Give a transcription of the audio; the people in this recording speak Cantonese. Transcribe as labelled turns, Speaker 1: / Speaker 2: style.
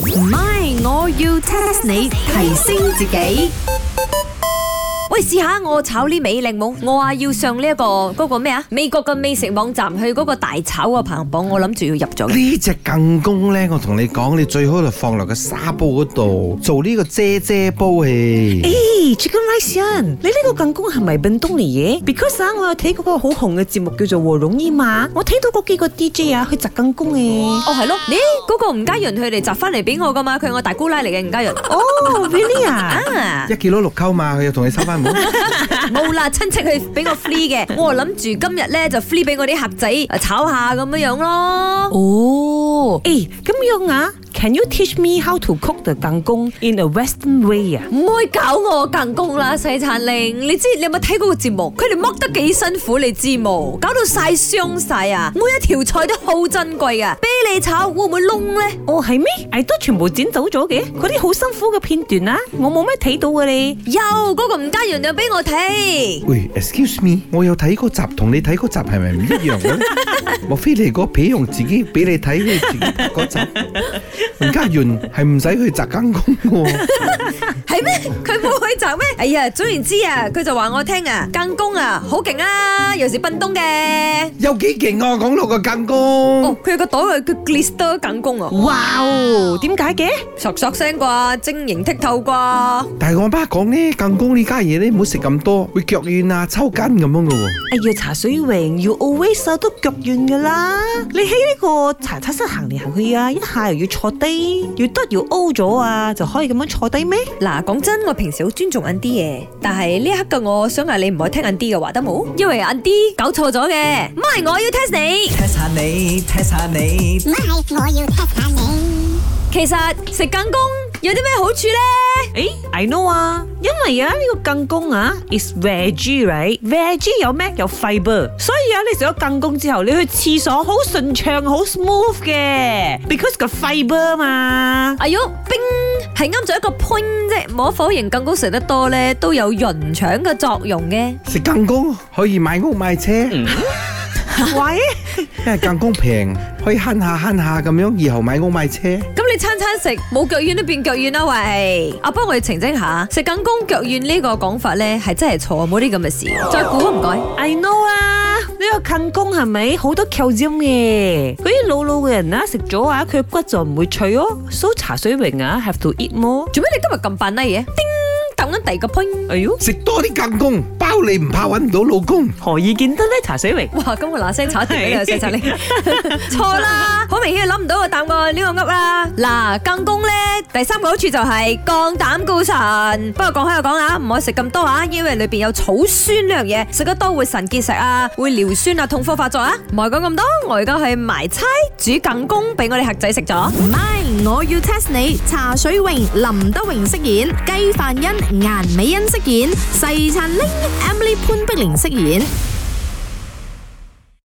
Speaker 1: 唔係，我要 test 你提升自己。喂，試下我炒呢味靚冇？我話要上呢、一個嗰、個咩啊？美國嘅美食網站去嗰個大炒嘅排行榜，我諗住要入咗嘅。
Speaker 2: 呢只更公咧，我同你講，你最好就放落個沙煲嗰度做呢個遮遮煲氣。
Speaker 3: 誒 Chicken Rice 人，你呢個更工係咪冰東嚟嘢？Because 啊，我有睇嗰個好紅嘅節目叫做《和龍伊嘛，我睇到嗰幾個 DJ 啊去摘更工嘅。
Speaker 1: 哦，係咯，咦，嗰、個吳家潤佢哋摘翻嚟俾我噶嘛，佢係我大姑奶嚟嘅吳家潤。
Speaker 3: 哦，really 啊？
Speaker 1: 啊！
Speaker 2: 一幾攞六溝嘛，佢又同你收翻碗。
Speaker 1: 冇啦，親戚佢俾我 free 嘅，我諗住今日咧就 free 俾我啲客仔啊炒下咁樣樣咯。
Speaker 3: 哦，誒，咁樣啊？Can you teach me how to cook the 更工 in a Western way 啊？
Speaker 1: 唔可以搞我更工啦，細殘令！你知你有冇睇嗰個節目？佢哋剝得幾辛苦，你知冇？搞到晒傷晒啊！每一條菜都好珍貴啊！俾你炒會唔會窿呢？
Speaker 3: 哦，係咩？誒，都全部剪走咗嘅，嗰啲好辛苦嘅片段啊，我冇咩睇到嘅你。
Speaker 1: 有嗰、個吳家陽又俾我睇，
Speaker 2: 喂，excuse me，我有睇嗰集，同你睇嗰集係咪唔一樣嘅咧？莫非你嗰皮用自己俾你睇你自己拍嗰集？吳家潤係唔使去摘更公嘅
Speaker 1: 係咩？佢冇去摘咩？哎呀，總言之啊，佢就話我聽啊，更工啊好勁啊，又是笨東嘅。
Speaker 2: 有幾勁啊！講落個更公。
Speaker 1: 哦，佢有個袋佢叫 glister 更工啊，
Speaker 3: 哇哦，點解嘅？
Speaker 1: 索索聲啩，晶瑩剔透啩。
Speaker 2: 但係我阿媽講咧，更公呢家嘢咧唔好食咁多，會腳軟啊、抽筋咁樣嘅喎。
Speaker 3: 哎呀，茶水榮要 always 啊都腳軟噶啦，你喺呢個茶餐室行嚟行去啊，一下又要坐低，要得要 O 咗啊，就可以咁樣坐低咩？
Speaker 1: 嗱，講真，我平時好尊重 Andy 嘅，但係呢一刻嘅我想嗌你唔好聽 Andy 嘅話得冇，因為 Andy 搞錯咗嘅，唔係我要 test 你。
Speaker 4: test 下你，test 下你
Speaker 5: 唔係，我要 test 下你。
Speaker 1: 其實食更工有啲咩好處呢？
Speaker 3: 誒，I know à. 啊，因為啊呢、個更工啊，is à. veggie right，veggie 有咩有 fibre，所以啊你食咗更工之後，你去廁所好順暢，好 smooth 嘅，because 個 fibre 嘛。
Speaker 1: 哎喲，冰係啱咗一個 point 啫，冇否認更工食得多呢都有潤腸嘅作用嘅。
Speaker 2: 食更公可以買屋買車，因
Speaker 3: 喂，
Speaker 2: 為更公平，可以慳下慳下咁樣，以後買屋買車。
Speaker 1: 咁你餐餐食冇腳軟都變腳軟啦喂！啊，幫我哋澄清下，食更工腳軟呢個講法呢係真係錯，冇啲咁嘅事。再估唔該。
Speaker 3: I know 啊，呢、個近工係咪好多 calcium 嘅？嗰啲老老嘅人啊，食咗啊，佢骨就唔會脆哦。So 茶水榮啊，have to eat more。
Speaker 1: 做咩你今日咁扮低嘢？叮，揼緊第二個 point。
Speaker 3: 哎喲，
Speaker 2: 食多啲更公，包你唔怕揾唔到老公。
Speaker 3: 何以見得呢？茶水榮，
Speaker 1: 哇！咁我嗱聲炒碟俾你細仔你，錯啦，好明顯係諗唔到個答案，呢個噏啦。嗱，更工咧，第三個好處就係降膽固醇。不過講開又講啊，唔可以食咁多啊，因為裏邊有草酸呢樣嘢，食得多會腎結石啊，會尿酸啊，痛風發作啊。唔係講咁多，我而家去埋猜煮更工俾我哋客仔食咗。
Speaker 6: 唔係，我要 test 你。茶水榮、林德榮飾演，雞范欣、顏美欣飾演，細燦玲、Emily 潘碧玲飾演。